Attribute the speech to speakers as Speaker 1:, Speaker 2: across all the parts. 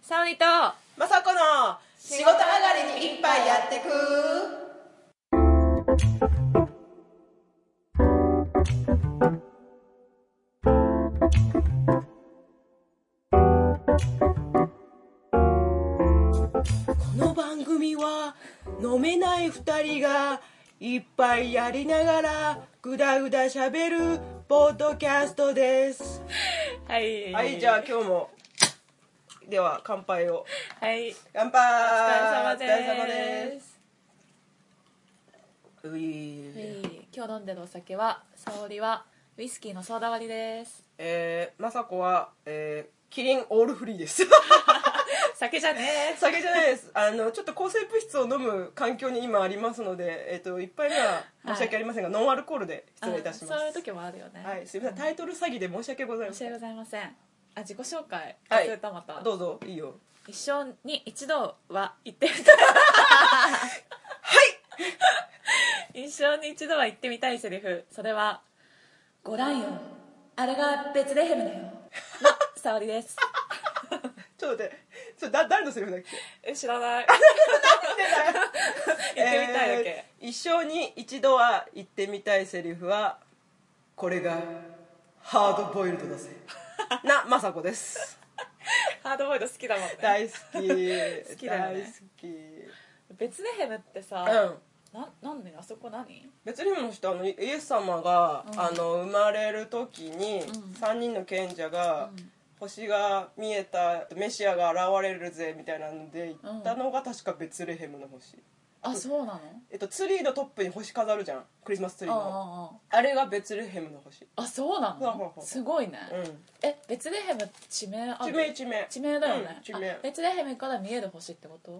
Speaker 1: 沙織と
Speaker 2: まさこの仕事上がりに一杯やってくこの番組は飲めない二人が一杯やりながらぐだぐだしゃべるポッドキャストです
Speaker 1: はい
Speaker 2: はいじゃあ今日もでは乾杯を
Speaker 1: はい
Speaker 2: 乾
Speaker 1: お
Speaker 2: 杯
Speaker 1: 疲れ様です
Speaker 2: お疲れ様ですうい
Speaker 1: はい今日飲んでるお酒は沙織はウイスキーのソーダ割りです
Speaker 2: えー、雅子は、えー、キリンオールフリーです
Speaker 1: 酒じゃねえ
Speaker 2: 酒じゃないです あのちょっと抗生物質を飲む環境に今ありますので、えー、と一杯目は申し訳ありませんが、ノンアルコールで失礼いたします
Speaker 1: あそういう時もあるよね
Speaker 2: はい、すみませんタイトル詐欺で申し訳ございま
Speaker 1: 申し
Speaker 2: せ
Speaker 1: 訳
Speaker 2: ん
Speaker 1: ございませんあ自己紹介
Speaker 2: はい
Speaker 1: 忘れたまた、
Speaker 2: どうぞいいよ
Speaker 1: 一生に一度は行ってみた いはい一生に一度は行ってみたいセリフそれは「ご覧よあれがベツレヘムだよ」の沙織です
Speaker 2: ちょっと待ってそれだ誰のセリフだっけ
Speaker 1: え知らない 行ってみ
Speaker 2: 行
Speaker 1: たいだけ、
Speaker 2: 一生に一度は言ってみたいセリフはこれがハードボイルド だぜな雅子です
Speaker 1: ハードボイルド好きだもんね
Speaker 2: 大好き
Speaker 1: 好きだよね
Speaker 2: 大好き
Speaker 1: ベツレヘムってさ、
Speaker 2: うん
Speaker 1: ななんであそこ何
Speaker 2: 別にも人あのイエス様が、
Speaker 1: うん
Speaker 2: あの生まれる時に、三3人の賢者が、
Speaker 1: うん
Speaker 2: 星が見えたメシアが現れるぜみたいなので行ったのが確かベツレヘムの星、
Speaker 1: あそうなの
Speaker 2: えっと、ツリーのトップに星飾るじゃんクリスマスツリーの
Speaker 1: ああ
Speaker 2: あれがベツレヘムの星
Speaker 1: ああそうな
Speaker 2: ほらほら
Speaker 1: の
Speaker 2: ほら
Speaker 1: すごいね、
Speaker 2: うん
Speaker 1: えベツレヘム地名ある
Speaker 2: 地名地名
Speaker 1: 地名だよね、
Speaker 2: うん地名
Speaker 1: あベツレヘムから見える星ってこと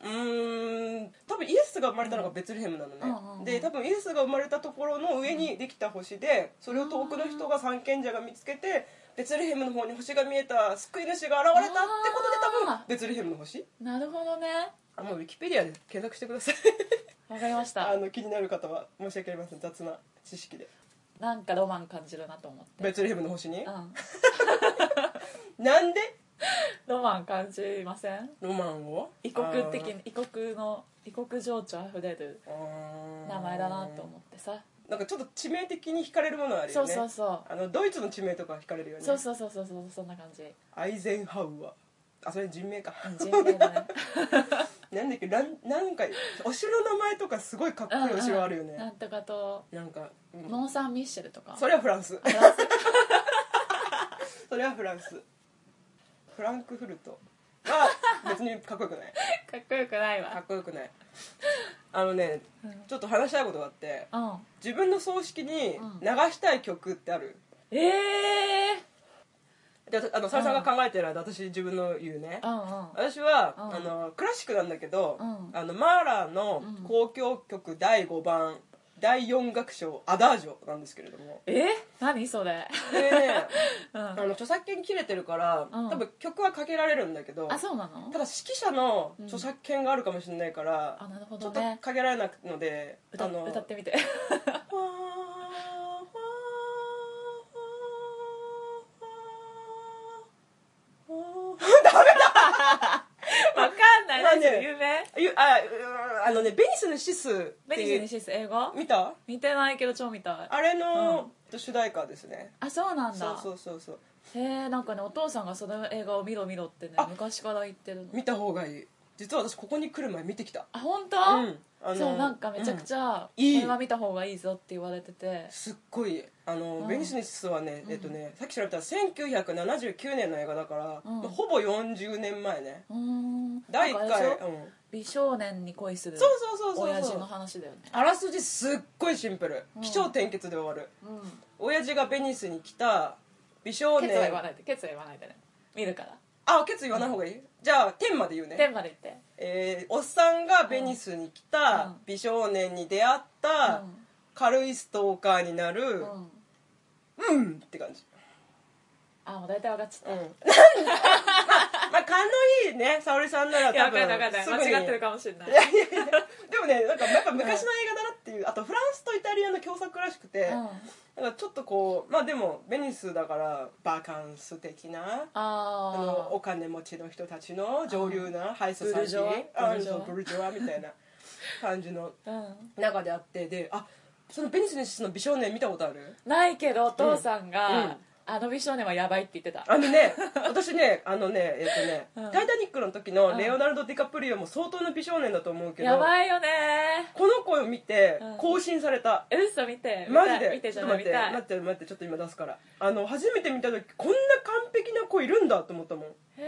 Speaker 2: うーん多分イエスが生まれたのがベツレヘムなのね、
Speaker 1: うんうんうん
Speaker 2: で多分イエスが生まれたところの上にできた星でそれを遠くの人が三賢者が見つけてベツレヘムの方に星が見えた救い主が現れたってことで多
Speaker 1: あ
Speaker 2: 分ベツレヘムの星
Speaker 1: なるほどね
Speaker 2: あもうウィキペディアで検索してください
Speaker 1: わかりまし
Speaker 2: あ
Speaker 1: た
Speaker 2: の気になる方は申し訳ありません雑な知識で
Speaker 1: なんかロマン感じるなと思って
Speaker 2: ベツレヘムの星に
Speaker 1: うん、
Speaker 2: なんで
Speaker 1: ロマン感じません
Speaker 2: ロマンを
Speaker 1: 異国的に異国の異国情緒あふれる
Speaker 2: あー
Speaker 1: 名前だなと思ってさ、
Speaker 2: なんかちょっと致命的に惹かれるものはある
Speaker 1: そ
Speaker 2: よ
Speaker 1: う
Speaker 2: ね
Speaker 1: そうそ
Speaker 2: あのドイツの地名とか惹かれるよ
Speaker 1: う
Speaker 2: ね
Speaker 1: そうそうそうそうそうそんな感じ
Speaker 2: アイゼンハウアーあそれ人名か
Speaker 1: うん人名だね
Speaker 2: なんだっけなんなんかお城の名前とかすごいかっこいいお城あるよ
Speaker 1: うんうんな
Speaker 2: ね
Speaker 1: んとかと
Speaker 2: なんか、うん
Speaker 1: モン・サン・ミッシェルとか
Speaker 2: それはフランス
Speaker 1: フランス
Speaker 2: それはフランスフランクフルト は別にかっこよくない
Speaker 1: かっこよくない
Speaker 2: かっ
Speaker 1: わ
Speaker 2: こよくないあのね
Speaker 1: うん
Speaker 2: ちょっと話したいことがあって
Speaker 1: うん
Speaker 2: 自分の葬式に
Speaker 1: うん
Speaker 2: 流したい曲ってある、
Speaker 1: ええ
Speaker 2: であの佐々さんが考えてる間私自分の言うね
Speaker 1: ー、うんうん
Speaker 2: 私は、
Speaker 1: うん
Speaker 2: あのクラシックなんだけど、
Speaker 1: うん
Speaker 2: あのマーラーの
Speaker 1: うん
Speaker 2: 交響曲第5番、第4楽章「アダージョ」なんですけれども
Speaker 1: え何それ
Speaker 2: でね
Speaker 1: うん
Speaker 2: あの著作権切れてるから、
Speaker 1: うん
Speaker 2: 多分曲はかけられるんだけど
Speaker 1: あそうなの
Speaker 2: ただ指揮者の
Speaker 1: うん
Speaker 2: 著作権があるかもしれないから、
Speaker 1: あなるほ
Speaker 2: ち
Speaker 1: ど
Speaker 2: ょっと
Speaker 1: ね
Speaker 2: かけられないので
Speaker 1: 歌
Speaker 2: あの
Speaker 1: 歌ってみ て
Speaker 2: ファーファーファーファーファー
Speaker 1: わかんない
Speaker 2: な
Speaker 1: 何
Speaker 2: んで
Speaker 1: それ有名
Speaker 2: ゆあうんあのねベニスのシスって
Speaker 1: ベニ
Speaker 2: い
Speaker 1: ス
Speaker 2: う
Speaker 1: にシス英語
Speaker 2: 見た
Speaker 1: 見てないけど超見たい
Speaker 2: あれの、主題歌ですね
Speaker 1: あそうなん
Speaker 2: そう
Speaker 1: だ
Speaker 2: そうそうそう
Speaker 1: へえんかねお父さんがその映画を見ろ見ろってね
Speaker 2: あ
Speaker 1: 昔から言ってるの
Speaker 2: 見た方がいい実は私ここに来る前見てきた
Speaker 1: あ本当
Speaker 2: うんあの
Speaker 1: そうなんかめちゃくちゃこ
Speaker 2: うんいい
Speaker 1: れは見た方がいいぞって言われてて
Speaker 2: すっごいあの、
Speaker 1: うん
Speaker 2: ベニスのシスはねえっとね、さっき調べたら1979年の映画だから、
Speaker 1: うん
Speaker 2: まあほぼ40年前ね
Speaker 1: うーん
Speaker 2: 第1
Speaker 1: なん
Speaker 2: 回
Speaker 1: かあれでしょ
Speaker 2: うん、
Speaker 1: 美少年に恋する
Speaker 2: そうそうそう
Speaker 1: 親
Speaker 2: そう
Speaker 1: 父
Speaker 2: そ
Speaker 1: の
Speaker 2: う
Speaker 1: 話だよね
Speaker 2: あらすじすっごいシンプル
Speaker 1: うん
Speaker 2: 起承転結で終わる、
Speaker 1: うん
Speaker 2: 親父がベニスに来た美少
Speaker 1: ケ
Speaker 2: 年
Speaker 1: ツは言わないでケツは言わないでね見るから
Speaker 2: あケツ言わない方がいい、じゃあ天まで言うね
Speaker 1: 天まで行って
Speaker 2: えーおっさんがベニスに来
Speaker 1: う
Speaker 2: た
Speaker 1: ん
Speaker 2: 美少年に出会った軽いストーカーにな
Speaker 1: う
Speaker 2: る
Speaker 1: んうん
Speaker 2: うん、って感じ、
Speaker 1: あもう大体分かっちゃ
Speaker 2: う
Speaker 1: っ
Speaker 2: ん、
Speaker 1: た
Speaker 2: まあ勘のいいね沙織さんなら
Speaker 1: いや
Speaker 2: 多
Speaker 1: 分かんない分かん
Speaker 2: 分
Speaker 1: ない
Speaker 2: すぐに
Speaker 1: 間違ってるかもしれない
Speaker 2: いやいやいやでもねなんかやっぱ昔の映画だなっていう、あとフランスとイタリアの共作らしくて、
Speaker 1: うん
Speaker 2: なんかちょっとこうまあでもベニスだからバカンス的なあ
Speaker 1: あ
Speaker 2: のお金持ちの人たちの上流なハイソサイティ
Speaker 1: ブ
Speaker 2: あ
Speaker 1: ルジョワ
Speaker 2: そうブルジョワみたいな感じの
Speaker 1: あうん
Speaker 2: 中であってであそのベニスの美少年見たことある
Speaker 1: ないけどお父さんが、
Speaker 2: うん
Speaker 1: あの美少年はやばいって言ってた
Speaker 2: あ のね私ねあのねえっとね、
Speaker 1: うん
Speaker 2: タイタニック」の時のレオナルド・ディカプリオも相当の美少年だと思うけど
Speaker 1: やばいよね
Speaker 2: この子を見て
Speaker 1: うん
Speaker 2: 更新された、
Speaker 1: え嘘見て見た
Speaker 2: マ
Speaker 1: い
Speaker 2: ジで
Speaker 1: 見てじ
Speaker 2: ちょ
Speaker 1: ゃない
Speaker 2: っと待っ
Speaker 1: 見
Speaker 2: て
Speaker 1: た
Speaker 2: 待
Speaker 1: い
Speaker 2: って待ってちょっと今出すからあの初めて見た時こんな完璧な子いるんだと思ったもんち
Speaker 1: へ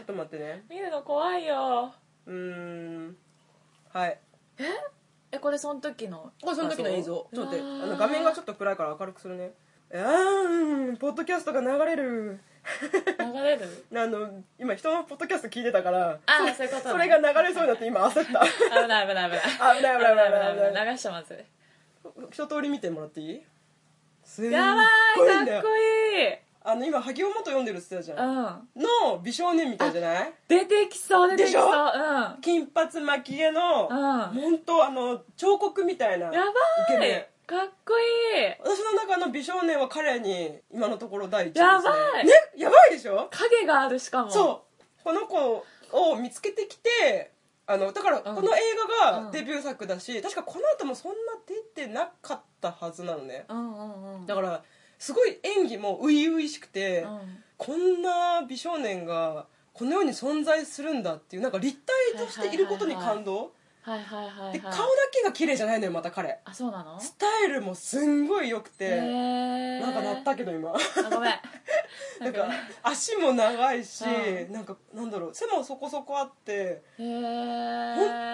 Speaker 2: ょっと待ってね
Speaker 1: え見るの怖いよ
Speaker 2: うーんはい
Speaker 1: えこれその時の
Speaker 2: これその時の映像ちょっと待ってあの画面がちょっと暗いから明るくするねあーんポッドキャストが流れる
Speaker 1: 流れる
Speaker 2: あの今人のポッドキャスト聞いてたから
Speaker 1: あーそういうことね
Speaker 2: それが流れそうになって今 焦った
Speaker 1: 危ない危ない危ない
Speaker 2: 危ない危ない危ない危ない
Speaker 1: 流しちゃまずい
Speaker 2: 一通り見てもらっていいすっ
Speaker 1: やば
Speaker 2: ご
Speaker 1: い
Speaker 2: んだ
Speaker 1: か
Speaker 2: よ
Speaker 1: っこいい
Speaker 2: あの今萩尾元読んでるっつってたじゃん
Speaker 1: うん
Speaker 2: の美少年みたいじゃない
Speaker 1: 出てきそう出てきそう
Speaker 2: でしょ
Speaker 1: うん
Speaker 2: 金髪巻き毛の
Speaker 1: うん
Speaker 2: 本当あの彫刻みたいな
Speaker 1: や
Speaker 2: イケ
Speaker 1: ば
Speaker 2: メン
Speaker 1: いかっこいい
Speaker 2: 私の中の美少年は彼に今のところ第一位ですね
Speaker 1: やばい
Speaker 2: ねやばいでしょ
Speaker 1: 影があるしかも
Speaker 2: そうこの子を見つけてきてあのだから
Speaker 1: うん
Speaker 2: この映画
Speaker 1: う
Speaker 2: が
Speaker 1: ん
Speaker 2: デビュー作だし、確かこの後もそんな出てなかったはずなのね
Speaker 1: うんうんうん
Speaker 2: だからすごい演技も初々しくて、
Speaker 1: うん
Speaker 2: こんな美少年がこの世に存在するんだっていうなんか立体としていることに感動、
Speaker 1: はいはいはいはい
Speaker 2: で顔だけが綺麗じゃないのよまた彼
Speaker 1: あそうなの
Speaker 2: スタイルもすんごい良くて、
Speaker 1: え
Speaker 2: なんかなったけど今
Speaker 1: あごめん
Speaker 2: なん
Speaker 1: な
Speaker 2: か
Speaker 1: んか
Speaker 2: 足も長いし、
Speaker 1: う
Speaker 2: なんかなんだろう背もそこそこあって
Speaker 1: へえ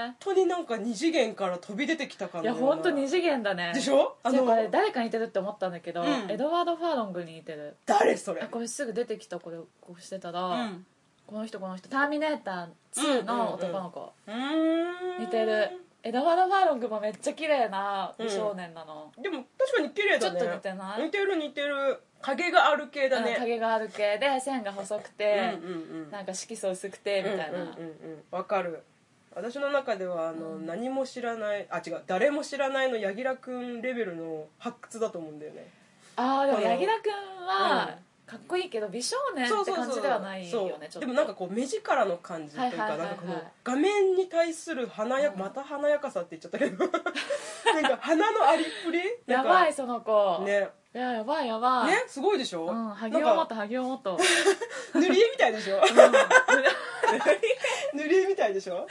Speaker 2: 本当になんか二次元から飛び出てきた感
Speaker 1: い
Speaker 2: じ
Speaker 1: や本当二次元だね
Speaker 2: でしょあ
Speaker 1: あの
Speaker 2: の
Speaker 1: これ誰か似てるって思ったんだけど、
Speaker 2: うん
Speaker 1: エドワード・ファーロングに似てる
Speaker 2: 誰それ
Speaker 1: あこれすぐ出てきたこれこうしてたら、
Speaker 2: うん
Speaker 1: この人この人「ターミネーター2」の男の子、
Speaker 2: うーん
Speaker 1: 似てるエドワード・ファーロングもめっちゃ綺麗な美少年なの、
Speaker 2: でも確かに綺麗だね
Speaker 1: ちょっと似てない
Speaker 2: 似てる似てる影がある系だ
Speaker 1: あの
Speaker 2: ね
Speaker 1: 影がある系で線が細くて
Speaker 2: うん、うんうん
Speaker 1: なんか色素薄くてみたいな、
Speaker 2: うんうんうんうんわかる私の中ではあの、何も知らないあ違う誰も知らないの柳楽君レベルの発掘だと思うんだよね
Speaker 1: ああでも
Speaker 2: この
Speaker 1: 柳楽君はかっこいいけど美少年って感じではない
Speaker 2: そう
Speaker 1: よねちょっと
Speaker 2: でもなんかこう目力の感じというか
Speaker 1: はい
Speaker 2: な
Speaker 1: は
Speaker 2: ん
Speaker 1: いはいはい
Speaker 2: かこの画面に対する華や
Speaker 1: うん
Speaker 2: また華やかさって言っちゃったけどなんか花のありっぷりな
Speaker 1: や
Speaker 2: んか
Speaker 1: ばいその子、
Speaker 2: ね
Speaker 1: いややばいやばい、
Speaker 2: ねすごいでしょ、
Speaker 1: うん、萩尾
Speaker 2: なん
Speaker 1: 元
Speaker 2: か
Speaker 1: 萩尾 元
Speaker 2: 塗り絵みたいでしょ 塗り絵みたいでしょ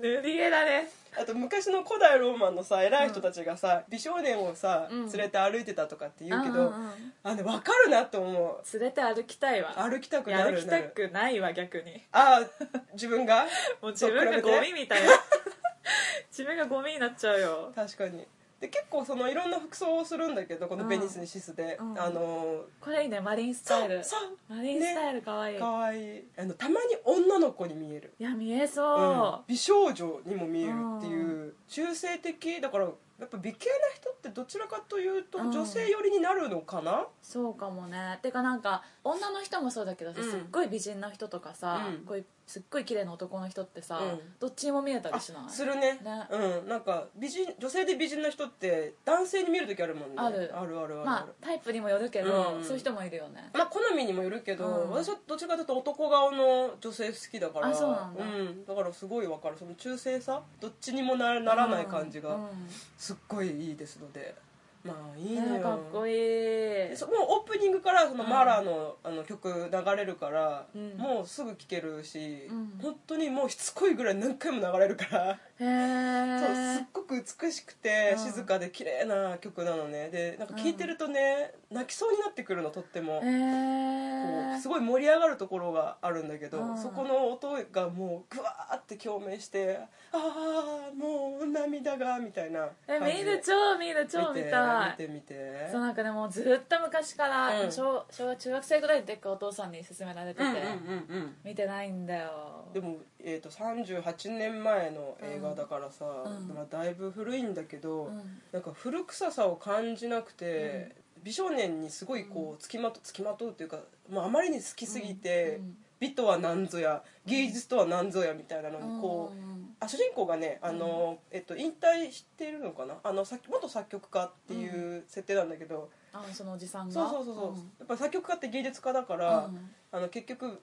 Speaker 1: 塗り絵だね
Speaker 2: あと昔の古代ローマのさ偉い人たちがさ、美少年をさ、
Speaker 1: うん
Speaker 2: 連れて歩いてたとかって言うけど、
Speaker 1: んんん
Speaker 2: あの分かるなって思う
Speaker 1: 連れて歩きたいわ
Speaker 2: 歩きたく
Speaker 1: い
Speaker 2: な
Speaker 1: や
Speaker 2: る
Speaker 1: 歩き
Speaker 2: な
Speaker 1: た
Speaker 2: る
Speaker 1: くないわ逆に
Speaker 2: ああ自分が
Speaker 1: もう自分が
Speaker 2: そう比べて
Speaker 1: ゴミみたいな自分がゴミになっちゃうよ
Speaker 2: 確かにで結構そのいろんな服装をするんだけどこのベニスにシスで、
Speaker 1: うん
Speaker 2: あの
Speaker 1: これいいねマリンスタイル
Speaker 2: そうそう
Speaker 1: マリンスタイルかわいい、
Speaker 2: ーかわいいあのたまに女の子に見える、
Speaker 1: いや見え
Speaker 2: うん
Speaker 1: そ、
Speaker 2: 美少女にも見えるっていう中性的だからやっぱ美形な人ってどちらかというと
Speaker 1: うん
Speaker 2: 女性寄りになるのかな、
Speaker 1: うそうかもねてかなんか女の人もそうだけどさ、
Speaker 2: うん
Speaker 1: すっごい美人な人とかさ、
Speaker 2: うん
Speaker 1: こういうすっごい綺麗な男の人ってさ、
Speaker 2: うん
Speaker 1: どっちにも見えたり
Speaker 2: あ
Speaker 1: しない
Speaker 2: するね
Speaker 1: ね
Speaker 2: うんなんか美人女性で美人な人って男性に見える時あるもんね
Speaker 1: ある
Speaker 2: あるあるある、
Speaker 1: まあタイプにもよるけど、
Speaker 2: うん
Speaker 1: そういう人もいるよね
Speaker 2: まあ好みにもよるけど、
Speaker 1: うん
Speaker 2: 私はどっちかというと男顔の女性好きだから
Speaker 1: あそうなんだ
Speaker 2: んだからすごいわかるその中性さどっちにもなならない感じ
Speaker 1: う
Speaker 2: が
Speaker 1: ん
Speaker 2: すっごいいいですのでまあいい
Speaker 1: ね
Speaker 2: のよ、
Speaker 1: かっこいい
Speaker 2: でそもうオープニングからそのマーラーの,、あの曲流れるから、
Speaker 1: うん
Speaker 2: もうすぐ聴けるし、
Speaker 1: うん
Speaker 2: 本当にもうしつこいぐらい何回も流れるから
Speaker 1: へえ
Speaker 2: そうすっごく美しくて
Speaker 1: うん
Speaker 2: 静かで綺麗な曲なのねでなんか聴いてるとね、泣きそうになってくるのとって
Speaker 1: へ
Speaker 2: も、こ
Speaker 1: え
Speaker 2: うすごい盛り上がるところがあるんだけど、
Speaker 1: うん
Speaker 2: そこの音がもうグワーって共鳴してああもう涙がみたいな
Speaker 1: え
Speaker 2: 感じ
Speaker 1: 見
Speaker 2: で
Speaker 1: る超見る超見たい
Speaker 2: 見て見て見て
Speaker 1: そうなんかねもうずっと昔から、
Speaker 2: うん
Speaker 1: 小小学中学生ぐらいの時からお父さんに勧められてて、
Speaker 2: うんうんうんうん
Speaker 1: 見てないんだよ
Speaker 2: でも、えー、と38年前の映画だからさ、
Speaker 1: うん
Speaker 2: まあ、だいぶ古いんだけど、
Speaker 1: うん
Speaker 2: なんか古臭さを感じなくて、美少年にすごいこうつきまとつきまとうっていうかもうあまりに好きすぎて、
Speaker 1: うん
Speaker 2: 美とは何ぞや芸術とは何ぞやみたいなのにこう、
Speaker 1: うん
Speaker 2: あ主人公がねあの、えっと、引退してるのかなあの作元作曲家っていう設定なんだけど、
Speaker 1: あそのおじさんが
Speaker 2: そうそうそうそう、やっぱ作曲家って芸術家だか
Speaker 1: う
Speaker 2: ら、
Speaker 1: ん
Speaker 2: あの結局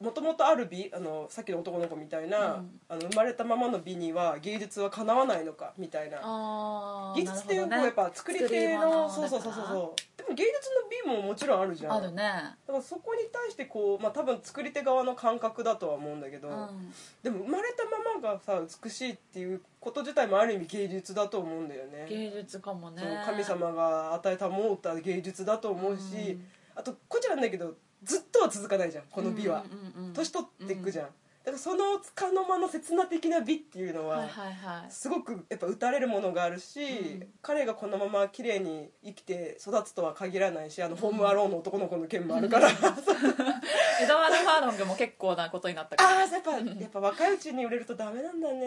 Speaker 2: もともとある美あのさっきの男の子みたいな、
Speaker 1: うん
Speaker 2: あの生まれたままの美には芸術はかなわないのかみたいな
Speaker 1: あー
Speaker 2: 芸術っていうの
Speaker 1: な
Speaker 2: はや
Speaker 1: る
Speaker 2: っ
Speaker 1: ほど
Speaker 2: ぱ
Speaker 1: ね
Speaker 2: 作り手の
Speaker 1: 作
Speaker 2: そ
Speaker 1: り物だか
Speaker 2: うそうそう
Speaker 1: ら
Speaker 2: そうそうでも芸術の美ももちろんあるじゃん
Speaker 1: あるね
Speaker 2: だからそこに対してこう、まあ、多分作り手側の感覚だとは思うんだけど、
Speaker 1: うん
Speaker 2: でも生まれたままがさ美しいっていうこと自体もある意味芸術だと思うんだよね
Speaker 1: 芸術かもね
Speaker 2: そう神様が与えたもうた芸術だと思うし、
Speaker 1: うん
Speaker 2: あとこちらなんだけどずっとは続かないじゃんこの美は、
Speaker 1: うんうんうん
Speaker 2: 年取っていくじゃん、だからそのつかの間の刹那的な美っていうのは、
Speaker 1: はいはいはい
Speaker 2: すごくやっぱ打たれるものがあるし、
Speaker 1: うん
Speaker 2: 彼がこのまま綺麗に生きて育つとは限らないしあのホームアローンの男の子の件もあるから、あ
Speaker 1: エドワード・ファーロングも結構なことになったから
Speaker 2: あーやっぱやっぱ若いうちに売れるとダメなんだね
Speaker 1: ね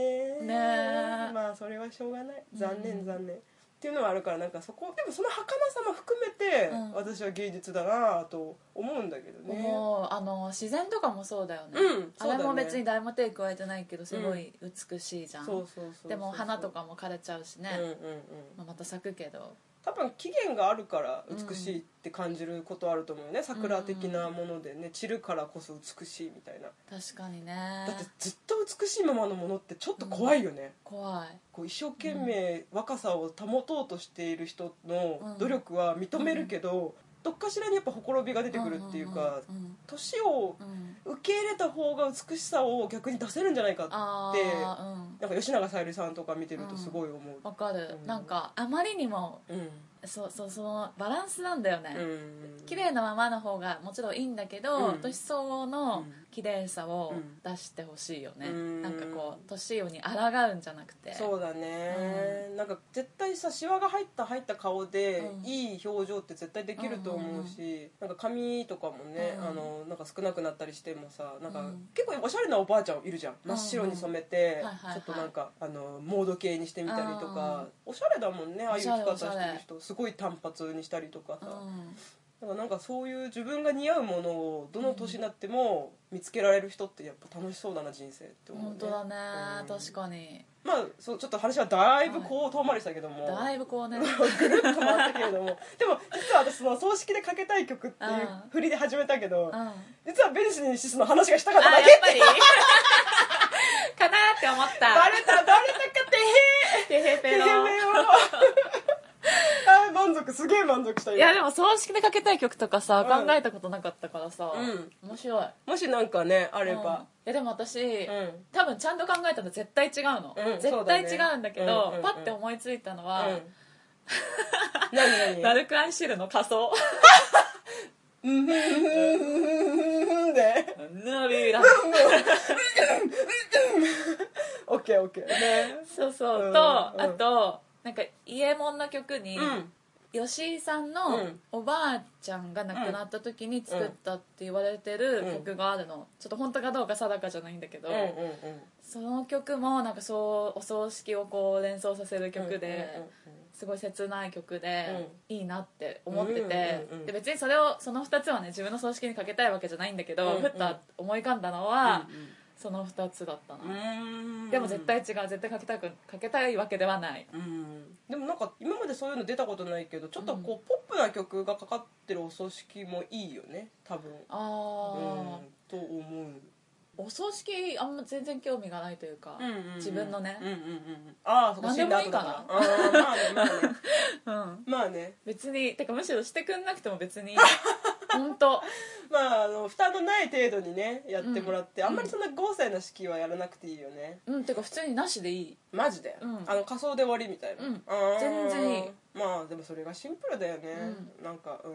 Speaker 1: え
Speaker 2: まあそれはしょうがない残
Speaker 1: う
Speaker 2: 念
Speaker 1: ん
Speaker 2: 残念、っていうのはあるからなんかそこでもその儚さも含めて、
Speaker 1: うん
Speaker 2: 私は芸術だなと思うんだけどね
Speaker 1: もうあの自然とかもそうだよね、
Speaker 2: うんそうだね
Speaker 1: あれも別に誰も手加えてないけどすごい美しいじゃん、
Speaker 2: そうそうそうそう
Speaker 1: でも花とかも枯れちゃうしね、
Speaker 2: うんうんうん
Speaker 1: まあ、また咲くけど
Speaker 2: 多分期限があるから美しいって感じることあると思うよね、桜的なものでね散るからこそ美しいみたいな
Speaker 1: 確かに
Speaker 2: だって
Speaker 1: ね
Speaker 2: ずっと美しいままのものってちょっと怖いよね、
Speaker 1: 怖い
Speaker 2: こう一生懸命若さを保とうとしている人の努力は認めるけど、どっかしらにやっぱほころびが出てくるっていうか
Speaker 1: うんうん
Speaker 2: 年、を
Speaker 1: うんうん
Speaker 2: 受け入れた方が美しさを逆に出せるんじゃないかって
Speaker 1: ああうん
Speaker 2: なんか吉永小百合さんとか見てるとすごい思う。
Speaker 1: わかる、
Speaker 2: うん
Speaker 1: なんかあまりにも
Speaker 2: うん
Speaker 1: そうそうそのバランスなんだよね、
Speaker 2: うん
Speaker 1: 綺麗なままの方がもちろんいいんだけど、
Speaker 2: うん
Speaker 1: 年相応の綺麗さを
Speaker 2: うん
Speaker 1: 出してほしいよね、
Speaker 2: うん
Speaker 1: なんかこう年をに抗うんじゃなくて
Speaker 2: そうだね、なんか絶対さシワが入った入った顔で、
Speaker 1: うん
Speaker 2: いい表情って絶対できると思うし、なんか髪とかもね、
Speaker 1: うん
Speaker 2: あのなんか少なくなったりしてもさなんか、
Speaker 1: うん
Speaker 2: 結構おしゃれなおばあちゃんいるじゃん真っ白に染めて、
Speaker 1: うんはいはいはい
Speaker 2: ちょっとなんかあのモード系にしてみたりとか、おしゃれだもんねああ
Speaker 1: お
Speaker 2: いう
Speaker 1: しゃれ
Speaker 2: 生き方
Speaker 1: お
Speaker 2: し
Speaker 1: しゃ
Speaker 2: て
Speaker 1: れ
Speaker 2: る人すごい単発にしたりとか
Speaker 1: う
Speaker 2: さ、
Speaker 1: ん
Speaker 2: だからなんかそういう自分が似合うものをどの年になっても見つけられる人ってやっぱ楽しそうだな人生って思う、ね、
Speaker 1: 本当だね、
Speaker 2: うん
Speaker 1: 確かに
Speaker 2: まあそうちょっと話はだいぶこう遠回りしたけども、
Speaker 1: だいぶこうね
Speaker 2: ぐるっと回ったけれどもでも実は私その葬式でかけたい曲っていう
Speaker 1: うん
Speaker 2: 振りで始めたけど、
Speaker 1: うんあやっ
Speaker 2: 実はベニスにシスの話がしたかっただけ
Speaker 1: ぱり かなーって思っ
Speaker 2: バ
Speaker 1: た
Speaker 2: レたバレたかってへ
Speaker 1: てへ
Speaker 2: え
Speaker 1: ぺ
Speaker 2: へえ
Speaker 1: ろ
Speaker 2: めよあー満足すげえ満足したよ
Speaker 1: いやでも葬式でかけたい曲とかさ、
Speaker 2: うん
Speaker 1: 考えたことなかったからさ、
Speaker 2: うん
Speaker 1: 面白い
Speaker 2: もしなんかねあ
Speaker 1: あ
Speaker 2: れば、
Speaker 1: いやでも私、
Speaker 2: うん
Speaker 1: 多分ちゃんと考えたら絶対違うの、
Speaker 2: うん
Speaker 1: 絶対違うんだけど
Speaker 2: そうだねうんうんうん
Speaker 1: パッて思いついたの
Speaker 2: うん
Speaker 1: は、
Speaker 2: 何
Speaker 1: ダ
Speaker 2: 何
Speaker 1: ルクアンシールの仮 装
Speaker 2: うん
Speaker 1: ヌ
Speaker 2: で
Speaker 1: ービーラン
Speaker 2: オッケーオッケーね
Speaker 1: そうそう、
Speaker 2: うん
Speaker 1: と
Speaker 2: うん
Speaker 1: あとなんか「伊右衛門」の曲に、
Speaker 2: うん
Speaker 1: 吉井さん
Speaker 2: う
Speaker 1: の
Speaker 2: ん
Speaker 1: おばあちゃんが亡くなった時に作ったって言われてる
Speaker 2: うん
Speaker 1: 曲があるの、ちょっと本当かどうか定かじゃないんだけど、
Speaker 2: うんうんうん
Speaker 1: その曲もなんかそうお葬式をこう連想させる曲で、
Speaker 2: うんうんうん
Speaker 1: すごい切ない曲で、いいなって思ってて、
Speaker 2: うんうんうん
Speaker 1: で別にそれをその2つはね自分の葬式にかけたいわけじゃないんだけど、
Speaker 2: うんうん
Speaker 1: ふっと思い浮かんだのは、
Speaker 2: うんうん
Speaker 1: その2つだったな、
Speaker 2: うん
Speaker 1: でも絶対違う絶対かけたくかけたいわけではない
Speaker 2: うんでもなんか今までそういうの出たことないけどちょっとこうポップな曲がかかってるお葬式もいいよね多分
Speaker 1: あ
Speaker 2: うん
Speaker 1: あ、
Speaker 2: と思う
Speaker 1: お葬式あんま全然興味がないというか、自分のね
Speaker 2: うんうんうんああそこ死んだ後だからあーまあね
Speaker 1: うん
Speaker 2: まあねまあね
Speaker 1: 別にてかむしろしてくんなくても別に 本当
Speaker 2: まああの負担のない程度にねやってもらってあんまりそんな豪勢な式はやらなくていいよね
Speaker 1: うんてか普通になしでいい
Speaker 2: マジで
Speaker 1: うん
Speaker 2: あの仮装で終わりみたいな
Speaker 1: うん
Speaker 2: あー
Speaker 1: 全然いい
Speaker 2: まあでもそれがシンプルだよねなんかうん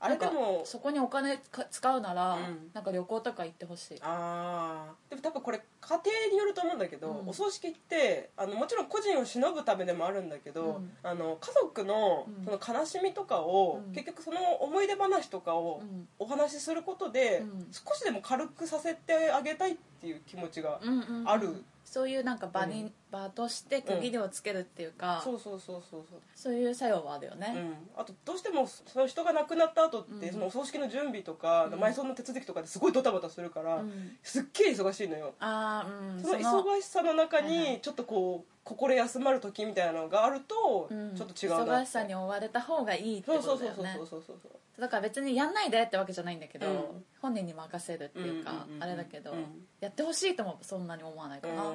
Speaker 2: あ
Speaker 1: な
Speaker 2: れ
Speaker 1: ん
Speaker 2: で
Speaker 1: か
Speaker 2: も
Speaker 1: そこにお金か使うなら、
Speaker 2: うん
Speaker 1: なんか旅行とか行ってほしい
Speaker 2: あーでも多分これ家庭によると思うんだけど、
Speaker 1: うん
Speaker 2: お葬式ってあのもちろん個人を忍ぶためでもあるんだけど、
Speaker 1: うん
Speaker 2: あの家族の
Speaker 1: うん
Speaker 2: その悲しみとかを、
Speaker 1: うん
Speaker 2: 結局その思い出話とかを
Speaker 1: うん
Speaker 2: お話しすることで、
Speaker 1: うん
Speaker 2: 少しでも軽くさせてあげたいっていう気持ちが
Speaker 1: うんうんうん
Speaker 2: ある
Speaker 1: そういうなんか場に場として区切りをつけるっていうか、
Speaker 2: そうそうそうそうそう
Speaker 1: そういう作用はあるよね、
Speaker 2: うん、あとどうしてもその人が亡くなった後って、そのお葬式の準備とか、埋葬の手続きとかですごいドタバタするから、
Speaker 1: うん
Speaker 2: すっげえ忙しいのよ、
Speaker 1: あーうん
Speaker 2: その忙しさの中にちょっとこう心休まる時みたいなのがあると、
Speaker 1: うん
Speaker 2: ちょっと違うんだ
Speaker 1: 忙しさに追われた方がいいって
Speaker 2: そ
Speaker 1: こ
Speaker 2: うそ
Speaker 1: と
Speaker 2: う
Speaker 1: だ
Speaker 2: そう
Speaker 1: よ
Speaker 2: そう
Speaker 1: ね
Speaker 2: そうそうそう
Speaker 1: だから別にやんないでってわけじゃないんだけど、
Speaker 2: うん
Speaker 1: 本人に任せるっていうか、
Speaker 2: うんうんうんうん
Speaker 1: あれだけど、
Speaker 2: うん
Speaker 1: やってほしいともそんなに思わないか
Speaker 2: う
Speaker 1: な、
Speaker 2: ん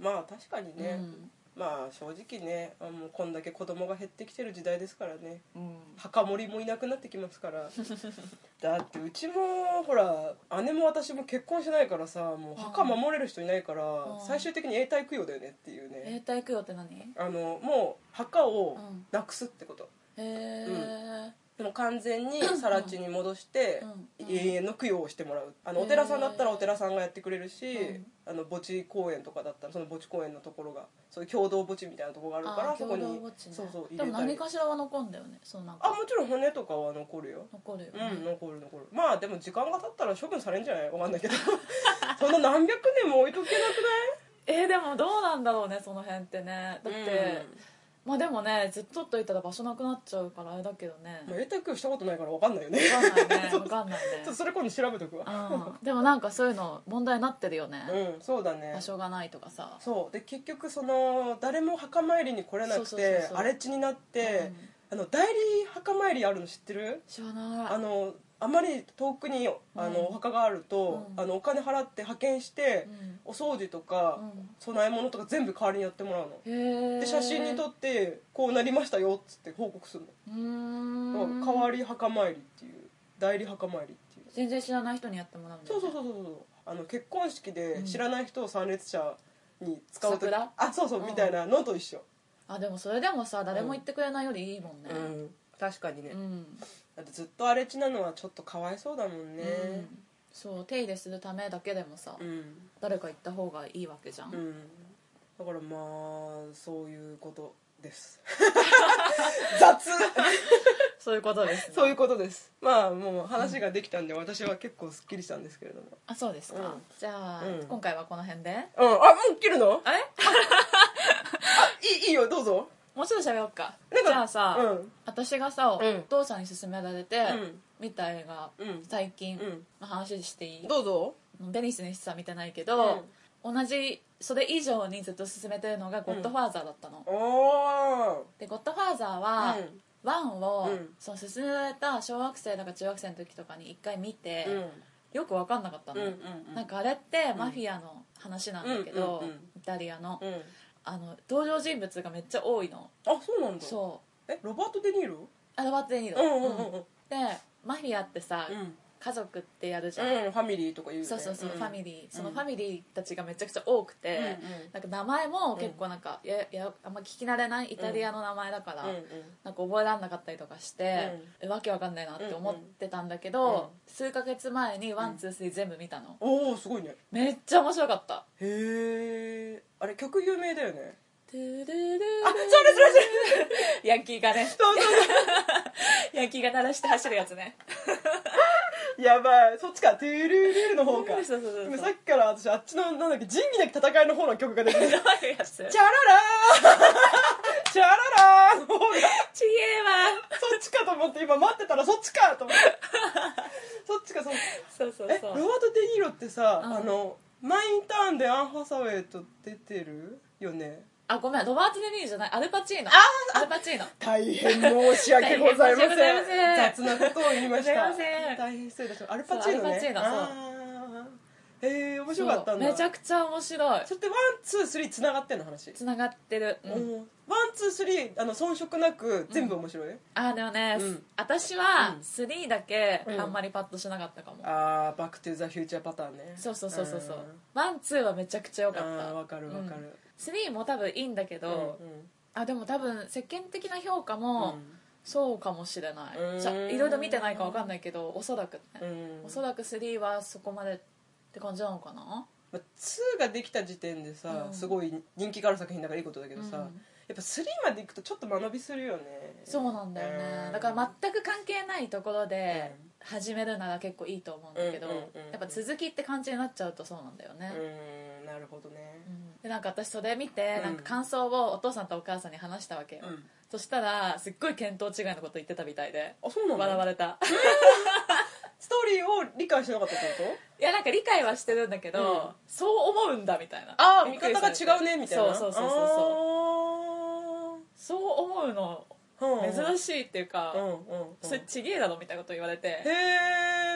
Speaker 2: まあ確かにね、まあ正直ねあもうこんだけ子供が減ってきてる時代ですからね
Speaker 1: うんうん
Speaker 2: 墓守りもいなくなってきますから だってうちもほら姉も私も結婚してないからさもう墓守れる人いないから
Speaker 1: うん
Speaker 2: 最終的に永代供養だよねっていうね
Speaker 1: 永代供養って何へ
Speaker 2: あのもう墓を
Speaker 1: うん
Speaker 2: なくすってこと、
Speaker 1: え、
Speaker 2: でも完全に更地に戻して
Speaker 1: うんうん
Speaker 2: 永遠の供養をしてもらうあの
Speaker 1: へー
Speaker 2: お寺さんだったらお寺さんがやってくれるし、
Speaker 1: うん
Speaker 2: あの墓地公園とかだったらその墓地公園のところがそういう共同墓地みたいなところがあるから
Speaker 1: あー
Speaker 2: そこに
Speaker 1: 共同墓地ね
Speaker 2: そうそう入
Speaker 1: で
Speaker 2: れ
Speaker 1: も
Speaker 2: た
Speaker 1: 何
Speaker 2: り
Speaker 1: かしらは残んだよねそのなん
Speaker 2: あ
Speaker 1: か
Speaker 2: もちろん骨とかは残るよ
Speaker 1: 残るよね、
Speaker 2: うん残る残るまあでも時間が経ったら処分されんじゃないわかんないけど そんな何百年も置いとけなく
Speaker 1: えーでもどうなんだろうねその辺ってねだっ
Speaker 2: ない
Speaker 1: て、まあでもねずっとっといたら場所なくなっちゃうからあれだけどね
Speaker 2: まあ永代供養したことないからわかんないよね
Speaker 1: 分かんないね分かんないね
Speaker 2: ちょっとそれ今度調べとくわ
Speaker 1: うんでもなんかそういうの問題になってるよね、
Speaker 2: うんそうだね
Speaker 1: 場所がないとかさ
Speaker 2: そうで結局その誰も墓参りに来れなく
Speaker 1: そうそうそう
Speaker 2: て
Speaker 1: そう
Speaker 2: 荒れ地になって、あの代理墓参りあるの知ってる
Speaker 1: 知らない
Speaker 2: あのあまり遠くにあの、
Speaker 1: うん
Speaker 2: お墓があると、
Speaker 1: うん
Speaker 2: あのお金払って派遣して
Speaker 1: う、ん
Speaker 2: お掃除とか、供え物とか全部代わりにやってもらうの
Speaker 1: へえ
Speaker 2: で写真に撮ってこうなりましたよっつって報告する
Speaker 1: うー
Speaker 2: の、
Speaker 1: ん
Speaker 2: 代わり墓参りっていう代理墓参りっていう
Speaker 1: 全然知らない人にやってもらうんだ
Speaker 2: そう
Speaker 1: よね
Speaker 2: そうそうそうそうあの結婚式で
Speaker 1: うん
Speaker 2: 知らない人を参列者に使うとき、
Speaker 1: 桜
Speaker 2: あそうそう
Speaker 1: うん
Speaker 2: みたいなのと一緒
Speaker 1: あでもそれでもさ誰も言ってくれないよりいいもんね
Speaker 2: 確かにね
Speaker 1: うん
Speaker 2: だってずっと荒れ地なのはちょっとかわいそうだもんね
Speaker 1: うんそう手入れするためだけでもさ
Speaker 2: うん
Speaker 1: 誰か行った方がいいわけじゃ
Speaker 2: うんんだからまあそういうことです 雑
Speaker 1: そういうことですね
Speaker 2: そういうことですまあもう話ができたんで私は結構すっきりしたんですけれども
Speaker 1: あそうです
Speaker 2: う
Speaker 1: か
Speaker 2: ん
Speaker 1: じゃあ
Speaker 2: うん
Speaker 1: 今回はこの辺で
Speaker 2: うん、あ、もう切るの
Speaker 1: あれ
Speaker 2: いいいいよ、どうぞ。
Speaker 1: もうちょっと喋ろうか
Speaker 2: なんか
Speaker 1: じゃあさ
Speaker 2: うん
Speaker 1: 私がさお
Speaker 2: うん
Speaker 1: 父さんに勧められて
Speaker 2: うん
Speaker 1: 見た映画
Speaker 2: うん
Speaker 1: 最近
Speaker 2: うん
Speaker 1: の話していい
Speaker 2: どうぞ。
Speaker 1: ベニスに実は見てないけど、同じそれ以上にずっと進めてるのが「ゴッドファーザー」だったの、
Speaker 2: おー。
Speaker 1: で「ゴッドファーザーは」
Speaker 2: うん
Speaker 1: ワンを、
Speaker 2: うん
Speaker 1: その進められた小学生だか中学生の時とかに一回見て、
Speaker 2: うん。
Speaker 1: よく分かんなかった
Speaker 2: うん
Speaker 1: の、
Speaker 2: うんうん。
Speaker 1: なんかあれってマフィアの話なんだけど、
Speaker 2: うんうんうん
Speaker 1: イタリアの,、
Speaker 2: うん。
Speaker 1: あの登場人物がめっちゃ多いの
Speaker 2: あ、そうなんだ。
Speaker 1: そう
Speaker 2: え、ロバート・デ・ニーロ
Speaker 1: アルバート・デ・ニー
Speaker 2: う
Speaker 1: ロ、
Speaker 2: んうんうん
Speaker 1: うん
Speaker 2: うん。
Speaker 1: でマフィアってさ、
Speaker 2: うん。
Speaker 1: 家族ってやるじゃん、
Speaker 2: うん、ファミリーとか言うよね。
Speaker 1: そうそうそう、ファミ
Speaker 2: リ
Speaker 1: リーそのファミリーたちがめちゃくちゃ多くて、
Speaker 2: うん
Speaker 1: なんか名前も結構なんか、ややあんま聞き慣れないイタリアの名前だから、
Speaker 2: うんうん。
Speaker 1: なんか覚えられなかったりとかして、えわけわかんないなって思ってたんだけど、
Speaker 2: うんうん
Speaker 1: 数ヶ月前にワンツースリー全部見たの、
Speaker 2: おー、すごいね。
Speaker 1: めっちゃ面白かった
Speaker 2: へー。あれ、曲有名だよね。
Speaker 1: トゥルルル
Speaker 2: あ、それそれそれ
Speaker 1: ヤンキーがね
Speaker 2: そうそうそ
Speaker 1: ヤンキーが鳴らして走るやつね
Speaker 2: う。やばい。そっちか。トゥルルルの方か。
Speaker 1: そうそうそう
Speaker 2: 今
Speaker 1: そ
Speaker 2: さ
Speaker 1: う
Speaker 2: っきから私、あっちの、なんだっけ、仁義なき戦いの方の曲が出てる。
Speaker 1: どういうやつ
Speaker 2: チャララーチャララーの方が
Speaker 1: ちげえわ
Speaker 2: そっちかと思って今待ってたらそっちかと思ってそっちかそっち
Speaker 1: そうそう
Speaker 2: えロ
Speaker 1: そ
Speaker 2: バー
Speaker 1: う
Speaker 2: ト・デ・ニーロってさ、
Speaker 1: うん
Speaker 2: あのマインターンでアン・ハサウェイと出てるよね
Speaker 1: あごめんロバート・デ・ニーロじゃないアルパチーノアルパチーノ
Speaker 2: 大変申し訳ございません
Speaker 1: 大変申し訳ございま
Speaker 2: 雑なことを言いました
Speaker 1: すいません
Speaker 2: 大変失礼いたしましたアルパチーノね
Speaker 1: そうアルパチーノそう
Speaker 2: あーへえ面白かったんだ
Speaker 1: そうめちゃくちゃ面白い
Speaker 2: それってワンツースリーつながってんの話、
Speaker 1: つながってる、
Speaker 2: う
Speaker 1: うん
Speaker 2: ん、ワンツースリーあの遜色なく全部面白い、
Speaker 1: あーでもね、
Speaker 2: うん
Speaker 1: 私は
Speaker 2: うん
Speaker 1: 3だけ
Speaker 2: うん
Speaker 1: あんまりパッとしなかったかも、
Speaker 2: ああバック・トゥ・ザ・フューチャーパターンね
Speaker 1: そうそうそうそうそうんワンツーはめちゃくちゃ良かっ
Speaker 2: あ
Speaker 1: た
Speaker 2: ーわかるわかる、
Speaker 1: スリーも多分いいんだけ
Speaker 2: う
Speaker 1: ど、あでも多分世間的な評価もそうかもしれな
Speaker 2: うーん
Speaker 1: いじゃいろいろ見てないか分かんないけどおそらく
Speaker 2: う
Speaker 1: ね、
Speaker 2: んうん
Speaker 1: おそらくスリーはそこまでって感じなのかな
Speaker 2: まあ2ができた時点でさ、
Speaker 1: うん
Speaker 2: すごい人気がある作品だからいいことだけどさ、
Speaker 1: うん
Speaker 2: やっぱ3までいくとちょっと間延びするよね
Speaker 1: そうなんだよね、
Speaker 2: うん
Speaker 1: だから全く関係ないところで始めるなら結構いいと思うんだけど、
Speaker 2: うんうんうんうん
Speaker 1: やっぱ続きって感じになっちゃうとそうなんだよね、
Speaker 2: うーんなるほどね、
Speaker 1: うんでなんか私それ見て、
Speaker 2: うん
Speaker 1: なんか感想をお父さんとお母さんに話したわけよ、
Speaker 2: うん
Speaker 1: そしたらすっごい見当違いのこと言ってたみたいで
Speaker 2: あそうなの
Speaker 1: 笑われた
Speaker 2: ストーリーを理解してなかったってこと
Speaker 1: いやなんか理解はしてるんだけど、
Speaker 2: うん
Speaker 1: そう思うんだみたいな
Speaker 2: ああ
Speaker 1: びっ
Speaker 2: 見
Speaker 1: くり
Speaker 2: 方
Speaker 1: さ
Speaker 2: が
Speaker 1: れて
Speaker 2: 違うねみたいな
Speaker 1: そうそうそうそうそうそう思うの
Speaker 2: そう
Speaker 1: 珍
Speaker 2: しい
Speaker 1: しいっていうか、
Speaker 2: うんうんうん
Speaker 1: それちげえだろみたいなこと言われて、
Speaker 2: へ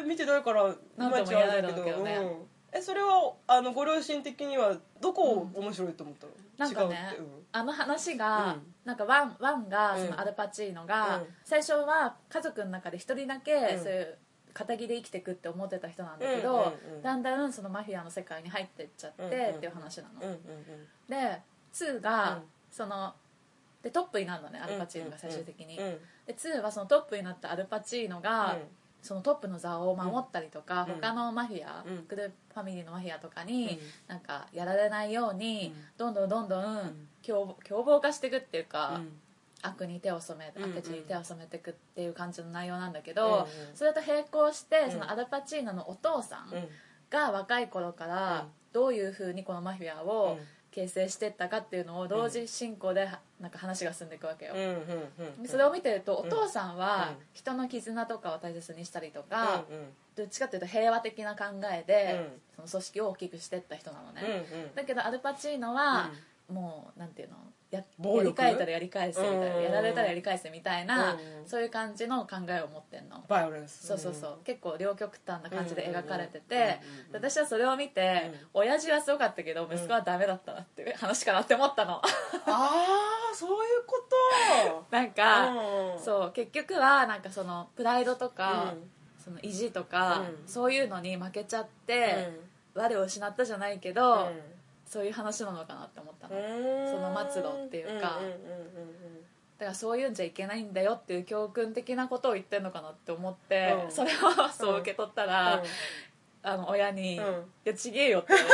Speaker 2: え見てないから
Speaker 1: なんとも言えないだろうけどね
Speaker 2: うんえそれはあのご両親的にはどこを面白いと思ったの、
Speaker 1: なんかね
Speaker 2: 違うって、
Speaker 1: あの話が、
Speaker 2: うん
Speaker 1: なんかワンワンが
Speaker 2: うん
Speaker 1: そのアルパチーノが、
Speaker 2: うん
Speaker 1: 最初は家族の中で一人だけ
Speaker 2: うん
Speaker 1: そういう片着で生きてくって思ってた人なんだけど、
Speaker 2: うんうんうん
Speaker 1: だんだんそのマフィアの世界に入ってっちゃって
Speaker 2: う
Speaker 1: っ
Speaker 2: ん
Speaker 1: て
Speaker 2: うん
Speaker 1: いう話なの、
Speaker 2: うんうん
Speaker 1: で2
Speaker 2: う
Speaker 1: が
Speaker 2: ん
Speaker 1: そのでトップになるのねアルパチーノが
Speaker 2: うん
Speaker 1: 最
Speaker 2: うんうん
Speaker 1: 終的に、
Speaker 2: うんうん
Speaker 1: で2はそのトップになったアルパチーノが、
Speaker 2: うん
Speaker 1: そのトップの座を守ったりとか、
Speaker 2: うん
Speaker 1: 他のマフィア、
Speaker 2: うん
Speaker 1: グループファミリーのマフィアとか
Speaker 2: うん
Speaker 1: に、なんかやられないように、
Speaker 2: うん
Speaker 1: どんどんどんどん、
Speaker 2: ん
Speaker 1: 凶凶暴化していくっていう
Speaker 2: う
Speaker 1: か、
Speaker 2: ん
Speaker 1: 悪に手を染め
Speaker 2: うんうん
Speaker 1: 悪事に手を染めていくっていう感じの内容なんだけど、
Speaker 2: うんうん
Speaker 1: それと並行して、
Speaker 2: ん
Speaker 1: そのアルパチーノのお父さん
Speaker 2: うん
Speaker 1: が若い頃から、
Speaker 2: うん
Speaker 1: どういうふうにこのマフィアを
Speaker 2: うん
Speaker 1: 形成していったかっていうのを同時進行でなんか話が進んでいくわけよ、
Speaker 2: うんうんうん
Speaker 1: でそれを見てるとお父さん
Speaker 2: う
Speaker 1: は
Speaker 2: ん
Speaker 1: 人の絆とかを大切にしたりとか、
Speaker 2: うんうん
Speaker 1: どっちかっていうと平和的な考えで、そ
Speaker 2: うん
Speaker 1: の組織を大きくしてった人なのね、
Speaker 2: うんうん
Speaker 1: だけどアルパチーノは、もうなんていうのや
Speaker 2: 暴
Speaker 1: やり
Speaker 2: 力
Speaker 1: 返ったらやり返せみたいな、
Speaker 2: うん
Speaker 1: やられたらやり返せみたいな、
Speaker 2: うん
Speaker 1: そういう感じの考えを持ってんの、
Speaker 2: バイオレンス
Speaker 1: そうそうそう、結構両極端な感じで描かれて
Speaker 2: うんうんうん
Speaker 1: て、
Speaker 2: うんうん
Speaker 1: 私はそれを見て、親父はすごかったけど息子はダメだったなっていう話かなって思ったの
Speaker 2: ああそういうこ
Speaker 1: なん
Speaker 2: と
Speaker 1: か、
Speaker 2: うん
Speaker 1: そう結局はなんかそのプライドとか、
Speaker 2: うん
Speaker 1: その意地とか、
Speaker 2: うん
Speaker 1: そういうのに負けちゃって、我を失ったじゃないけど、そういう話なのかなって思ったの、だ
Speaker 2: うん
Speaker 1: その末路っていうか
Speaker 2: んんうんうん
Speaker 1: からそういうんじゃいけないんだよっていう教訓的なことを言ってるのかなって思って、
Speaker 2: うん
Speaker 1: それをそう受け取ったら、
Speaker 2: うん
Speaker 1: あの親に「
Speaker 2: うん
Speaker 1: いやちげえよ」って 言わ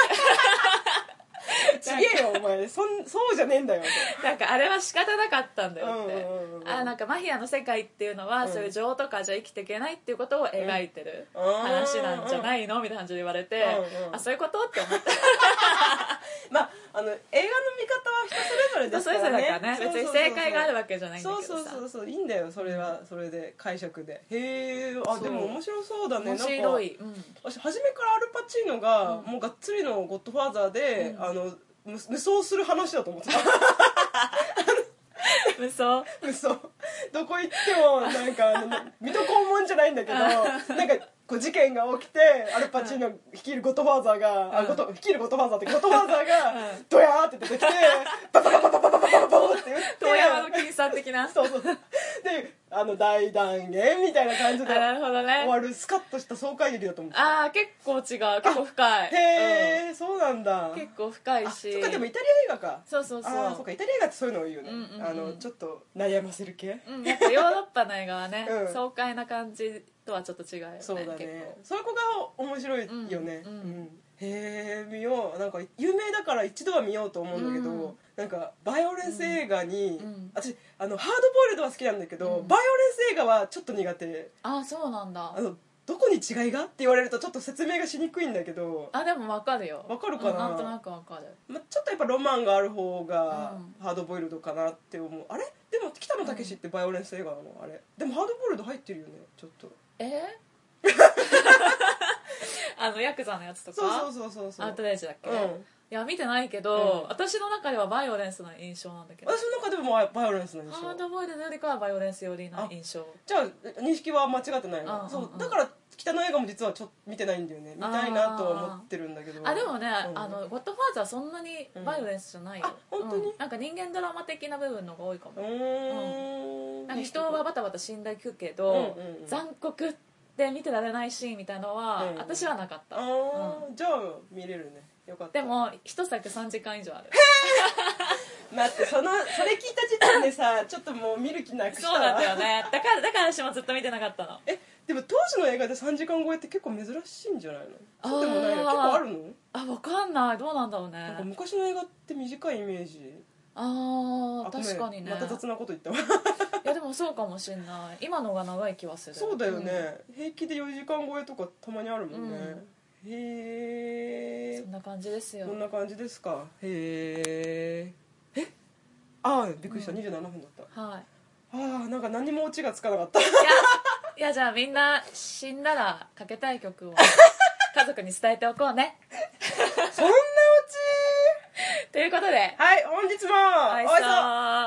Speaker 2: ちげえよお前そんそうじゃねえんだよ
Speaker 1: れてなんかあれは仕方なかったんだよって、
Speaker 2: うんうんうんうん
Speaker 1: あなんかマフィアの世界っていうのは、
Speaker 2: うん
Speaker 1: そういう情とかじゃ生きていけないっていうことを描いてる
Speaker 2: うん
Speaker 1: 話なんじゃないのみたいな感じで言われて、
Speaker 2: うんうん
Speaker 1: あそういうことって思 った
Speaker 2: まあ、あの映画の見方は人それぞれで
Speaker 1: 人
Speaker 2: す
Speaker 1: それぞれだからね
Speaker 2: そうそう
Speaker 1: 別
Speaker 2: そう
Speaker 1: に正解があるわけじゃないんだけ
Speaker 2: そ
Speaker 1: ど
Speaker 2: う
Speaker 1: さ
Speaker 2: そうそうそういいんだよそれはそれで解釈でへえあでも面白そうだね
Speaker 1: 面白
Speaker 2: なんか
Speaker 1: い、うん、
Speaker 2: 私初めからアルパチーノが、もうがっつりのゴッドファーザーで、あの無無双する話だと思ってた
Speaker 1: 嘘
Speaker 2: 無双どこ行ってもなんかあの水戸黄門じゃないんだけどなんかこう事件が起きてアルパチーノ率いるゴッドファーザーが、あ
Speaker 1: うん
Speaker 2: ゴッド率いるゴッドファーザーってゴッドファーザーが、
Speaker 1: うん
Speaker 2: ドヤーって出てきてババババババババババって言って
Speaker 1: 遠山の金さん的な
Speaker 2: そうそうであの大断言みたいな感じで
Speaker 1: あなるほどね
Speaker 2: 終わるスカッとした爽快劇だと思う
Speaker 1: ああ結構違う結構深い
Speaker 2: へえ、そうなんだ
Speaker 1: うん結構深い
Speaker 2: あ
Speaker 1: し
Speaker 2: そっかでもイタリア映画か
Speaker 1: そうそうそう
Speaker 2: あーそっかイタリア映画ってそういうの多いよね、
Speaker 1: うんうんうん
Speaker 2: あのちょっと悩ませる系、
Speaker 1: うん、やっぱヨーロッパの映画はね、
Speaker 2: うん
Speaker 1: 爽快な感じとはちょっと違うよね
Speaker 2: そうだ
Speaker 1: 結
Speaker 2: ねそういう子が面白いよね、
Speaker 1: うんうん
Speaker 2: へえ見ようなんか有名だから一度は見ようと思うんだけど、
Speaker 1: うん
Speaker 2: なんかバイオレンス映画に、
Speaker 1: うん
Speaker 2: 私あのハードボイルドは好きなんだけど、
Speaker 1: うん
Speaker 2: バイオレンス映画はちょっと苦手
Speaker 1: 構あそうなんだ
Speaker 2: あのどこに違いがって言われるとちょっと説明がしにくいんだけど、
Speaker 1: あでもわかるよ
Speaker 2: わかるかな
Speaker 1: うんんとなくわかる
Speaker 2: まあ、ちょっとやっぱロマンがある方が
Speaker 1: う
Speaker 2: ハードボイルドかなって思う、あれでも北野武ってバイオレンス映画なのあれでもハードボイルド入ってるよねちょっと
Speaker 1: えー あのヤクザのやつとか
Speaker 2: そうそうそうそうそう
Speaker 1: アウトレイジだっけ、
Speaker 2: うん
Speaker 1: いや見てないけど、
Speaker 2: うん
Speaker 1: 私の中ではバイオレンスな印象なんだけど
Speaker 2: 私の中でもまあバイオレンスの印
Speaker 1: ハー
Speaker 2: 象
Speaker 1: ドボイルドよりかはバイオレンス寄りの印象
Speaker 2: じゃあ認識は間違ってない
Speaker 1: うんうんう
Speaker 2: の
Speaker 1: ん
Speaker 2: そうだから北野映画も実はちょっと見てないんだよね見たいなとは思ってるんだけど
Speaker 1: あでもね、
Speaker 2: うん
Speaker 1: あのゴッドファーザーはそんなにバイオレンスじゃないよ、
Speaker 2: うんあ本当に
Speaker 1: なんか人間ドラマ的な部分の方が多いか
Speaker 2: う
Speaker 1: も、
Speaker 2: ーん
Speaker 1: なんか人はバタバタ死んだりくけど、
Speaker 2: うんうんうん
Speaker 1: 残酷で見てられないシーンみたいのは、
Speaker 2: うん
Speaker 1: 私はなかった、
Speaker 2: あ
Speaker 1: う
Speaker 2: ーじゃあ見れるねよかっ
Speaker 1: ん
Speaker 2: た
Speaker 1: でも一作3時間以上 ある
Speaker 2: 待ってそのそれ聞いた時点 でさちょっともう見る気なくした
Speaker 1: そう
Speaker 2: わ
Speaker 1: なんだよねだからだから私もずっと見てなかったの
Speaker 2: えでも当時の映画で3時間超えって結構珍しいんじゃないの
Speaker 1: あー
Speaker 2: そうでもないの結構あるの
Speaker 1: あわかんないどうなんだろう
Speaker 2: なんか
Speaker 1: ね
Speaker 2: 昔の映画って短いイメージ
Speaker 1: あ
Speaker 2: あ
Speaker 1: あ
Speaker 2: ごめん
Speaker 1: 確かにね、
Speaker 2: また雑なこと言ったわ
Speaker 1: いやでもそうかもしんない今のが長い気はする
Speaker 2: そうだよね、平気で4時間超えとかたまにあるもんね、
Speaker 1: うん
Speaker 2: へえ
Speaker 1: そんな感じですよ
Speaker 2: こんな感じですかへええああびっくりした、27分だった
Speaker 1: はい
Speaker 2: ああなんか何もオチがつかなか った
Speaker 1: いやいやじゃあみんな死んだらかけたい曲を家族に伝えておこうね
Speaker 2: そんなオチ
Speaker 1: ということで
Speaker 2: はい本
Speaker 1: おいし
Speaker 2: 日もおいしそう
Speaker 1: そう